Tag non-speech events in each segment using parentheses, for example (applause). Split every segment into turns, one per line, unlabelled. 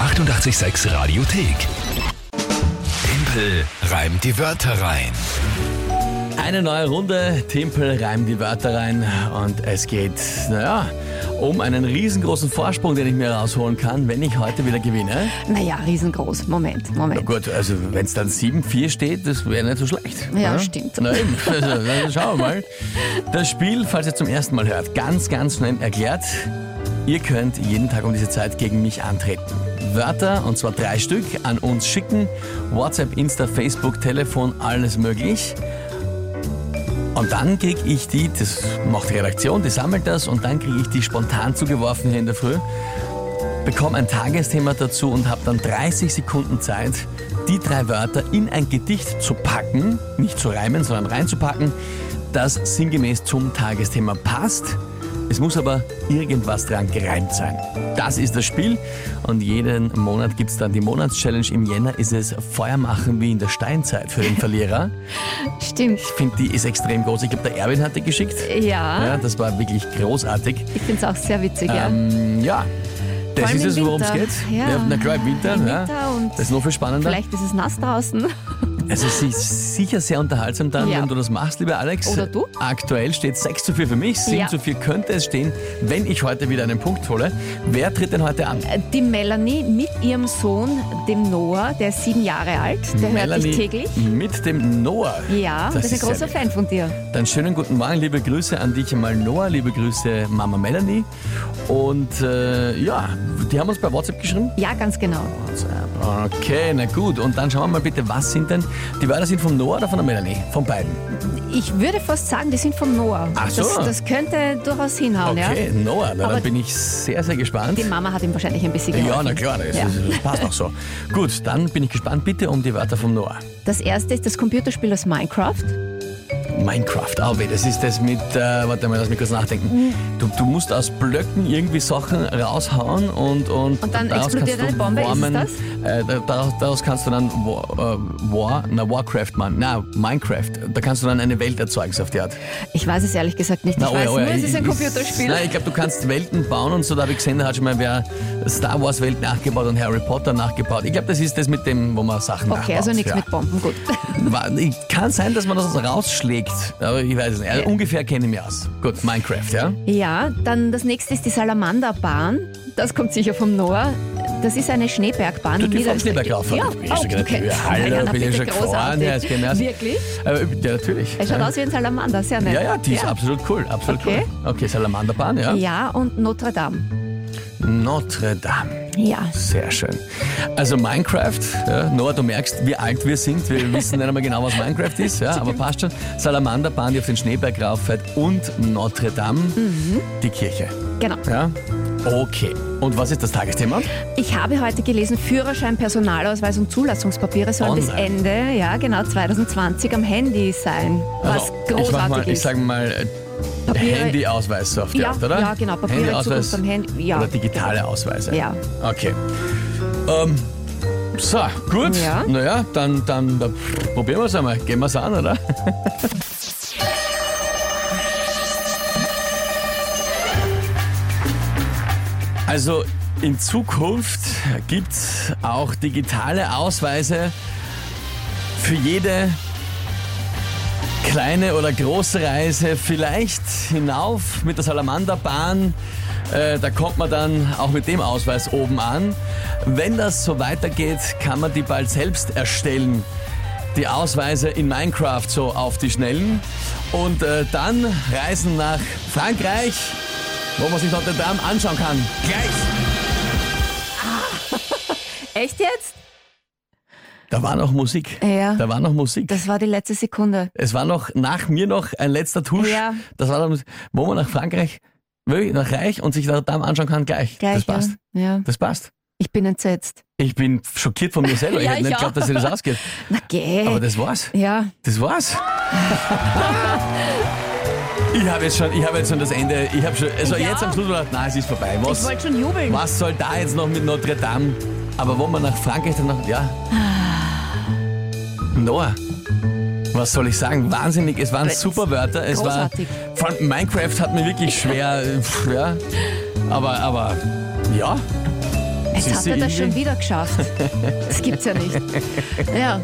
886 Radiothek. Tempel reimt die Wörter rein.
Eine neue Runde, Timpel reimt die Wörter rein und es geht, naja, um einen riesengroßen Vorsprung, den ich mir rausholen kann, wenn ich heute wieder gewinne.
Naja, riesengroß. Moment,
Na
Moment.
gut, also wenn es dann 7-4 steht, das wäre nicht so schlecht.
Ja,
oder?
stimmt.
Na eben, also, also schauen wir mal. Das Spiel, falls ihr zum ersten Mal hört, ganz, ganz schnell erklärt. Ihr könnt jeden Tag um diese Zeit gegen mich antreten. Wörter, und zwar drei Stück, an uns schicken. WhatsApp, Insta, Facebook, Telefon, alles möglich. Und dann kriege ich die, das macht die Redaktion, die sammelt das und dann kriege ich die spontan zugeworfen hier in der Früh, bekomme ein Tagesthema dazu und habe dann 30 Sekunden Zeit, die drei Wörter in ein Gedicht zu packen, nicht zu reimen, sondern reinzupacken, das sinngemäß zum Tagesthema passt. Es muss aber irgendwas dran gereimt sein. Das ist das Spiel und jeden Monat gibt es dann die Monatschallenge. Im Jänner ist es Feuer machen wie in der Steinzeit für den Verlierer.
Stimmt.
Ich finde, die ist extrem groß. Ich glaube, der Erwin hat die geschickt. Ja,
Ja,
das war wirklich großartig.
ich finde es auch sehr witzig, ja.
Ähm, ja, das
allem
ist
im
es, worum es
Winter.
geht.
Ja.
na klar, im Winter.
Im
ja.
Winter und
das ist noch viel spannender.
Vielleicht ist es nass draußen.
Also es ist sicher sehr unterhaltsam dann,
Ja.
wenn du das machst, lieber Alex.
Oder du?
Aktuell steht 6 zu 4 für mich, 7
Ja.
zu 4 könnte es stehen, wenn ich heute wieder einen Punkt hole. Wer tritt denn heute an?
Die Melanie mit ihrem Sohn, dem Noah, der ist sieben Jahre alt, der hört
Melanie
dich täglich.
mit dem Noah.
Ja, und das ist ein
sehr
großer Fan von dir.
Dann schönen guten Morgen, liebe Grüße an dich einmal Noah, liebe Grüße Mama Melanie. Und äh, ja, die haben uns bei WhatsApp geschrieben.
Ja, ganz genau.
Okay, na gut. Und dann schauen wir mal bitte, was sind denn die Wörter sind vom Noah oder von der Melanie? Von beiden.
Ich würde fast sagen, die sind vom Noah.
Ach so.
das, das könnte durchaus hinhauen,
Okay,
ja.
Noah, na,
Aber-
dann bin ich sehr, sehr gespannt.
Die Mama hat ihm wahrscheinlich ein bisschen geholfen.
Ja, na klar, das,
Ja.
das passt auch so. Gut, dann bin ich gespannt bitte um die Wörter vom Noah.
Das erste ist das Computerspiel aus Minecraft.
Minecraft, oh weh, das ist das mit, äh, warte mal, lass mich kurz nachdenken.
Mhm.
Du, du musst aus Blöcken irgendwie Sachen raushauen und und,
Und dann
daraus
explodiert
kannst du
eine Bombe, ist es
warmen,
das?
Äh, da- daraus, daraus kannst du dann War, äh, War na Warcraft, Mann, na Minecraft, da kannst du dann eine Welt erzeugen, so auf die Art.
Ich weiß es ehrlich gesagt nicht.
Na,
ich weiß
oh ja, oh ja,
nur, es ist ein
ich-
Computerspiel.
Nein, ich glaube, du kannst Welten bauen und so. Da habe ich gesehen, da hat schon mal wer Star Wars Welt nachgebaut und Harry Potter nachgebaut. Ich glaube, das ist das mit dem, wo man Sachen nachbaut.
okay, also nichts
ja.
mit Bomben, gut.
Wa- ich- Kann sein, dass man das rausschlägt, aber ich weiß es nicht. Also
Ja.
Ungefähr kenne ich mich aus. Gut, Minecraft, ja?
Ja, dann das nächste ist die Salamanderbahn. Das kommt sicher vom Noah. Das ist eine Schneebergbahn.
Du,
in
die vom
Niederösterreich.
Schneeberglauf
Ja,
ich bin ja
oh,
schon
du
gedacht,
kennst-
ja, hallo,
Ja, na,
bin ja
bitte,
schon gefahren.
großartig.
Ja, ist genau so.
Wirklich?
Äh, ja, natürlich.
Er schaut
ja.
aus wie ein Salamander, sehr nett.
ja, ja, die ist absolut cool, absolut
Okay.
cool. Okay, Salamanderbahn, ja.
Ja, und Notre Dame.
Notre Dame.
Ja.
Sehr schön. Also Minecraft, ja, Noah, du merkst, wie alt wir sind. Wir wissen nicht einmal genau, was Minecraft ist, ja, aber passt schon. Salamanderbahn, die auf den Schneeberg rauffährt und Notre Dame,
Mhm.
die Kirche.
Genau.
Ja? Okay. Und was ist das Tagesthema?
Ich habe heute gelesen, Führerschein, Personalausweis und Zulassungspapiere sollen bis
Online.
Ende, ja genau, 2020 am Handy sein. Was
Also, ich mach
großartig
mal, ich
ist.
sag mal äh,
Papiere-
Handyausweis so auf die
Ja,
Art, oder?
ja, genau, Papiere
Handyausweis
Zukunft am Handy, ja,
oder digitale Ausweise.
Ja.
Okay. Ähm, so, gut.
Ja.
Naja, dann, dann da, probieren wir es einmal. Gehen wir es an, oder? (laughs) Also in Zukunft gibt es auch digitale Ausweise für jede kleine oder große Reise, vielleicht hinauf mit der Salamanderbahn. Äh, Da kommt man dann auch mit dem Ausweis oben an. Wenn das so weitergeht, kann man die bald selbst erstellen. Die Ausweise in Minecraft so auf die Schnellen. Und äh, dann reisen nach Frankreich, wo man sich Notre Dame anschauen kann. Gleich!
Echt jetzt?
Da war noch Musik.
Ja.
Da war noch Musik.
Das war die letzte Sekunde.
Es war noch nach mir noch ein letzter Tusch.
Ja.
Das war dann, wo man nach Frankreich, wirklich nach Reich und sich nach Dame anschauen kann, gleich.
Gleich,
das passt.
Ja. ja.
Das passt.
Ich bin entsetzt.
Ich bin schockiert von mir selber.
(laughs) Ja,
ich hätte nicht
ich
geglaubt,
auch.
dass dir das ausgeht.
Na geh.
Aber das war's.
ja,
Das war's. (laughs) ich habe jetzt schon, ich habe jetzt schon das Ende. Ich habe schon, also
Ja.
jetzt am Schluss gedacht, na, es ist vorbei.
ich
Was,
wollte schon jubeln.
was soll da jetzt noch mit Notre Dame? Aber wo man nach Frankreich dann noch, ja. Noah. Was soll ich sagen? Wahnsinnig, es waren
Es-
super Wörter. Es
großartig.
war vor allem Minecraft hat mir wirklich schwer, äh, pff, ja. Aber aber ja,
Jetzt
Siehst
hat
du
er das
irgendwie?
schon wieder
(laughs)
geschafft. Das gibt's ja nicht. Ja,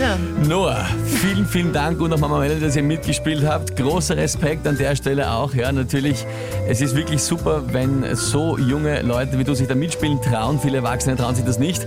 ja.
Noah, vielen, vielen Dank und auch Mama Melanie, dass ihr mitgespielt habt. Großer Respekt an der Stelle auch. Ja, natürlich, es ist wirklich super, wenn so junge Leute wie du sich da mitspielen trauen. Viele Erwachsene trauen sich das nicht.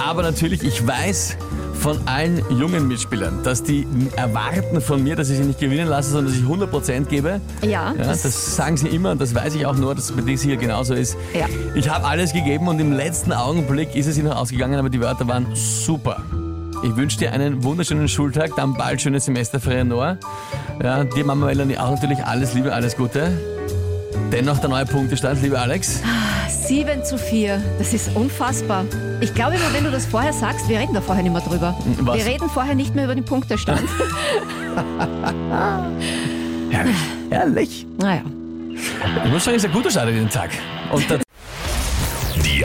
Aber natürlich, ich weiß von allen jungen Mitspielern, dass die erwarten von mir, dass ich sie nicht gewinnen lasse, sondern dass ich 100% gebe.
Ja,
Ja, das,
das-
sagen sie immer und das weiß ich auch nur, dass es bei dir hier genauso ist.
Ja.
Ich habe alles gegeben und im letzten Augenblick ist es ihnen ausgegangen, aber die Wörter waren super. Ich wünsche dir einen wunderschönen Schultag, dann bald schöne Semesterferien, Noah. Ja, dir, Mama Melanie, auch natürlich alles Liebe, alles Gute. Dennoch der neue Punktestand, lieber Alex.
7 zu 4, das ist unfassbar. Ich glaube immer, wenn du das vorher sagst, wir reden da vorher nicht mehr drüber.
was?
Wir reden vorher nicht mehr über den
(laughs)
Punktestand.
Herrlich. Herrlich.
naja.
Ich muss sagen, es ist ein guter Start in den Tag. Und der
Die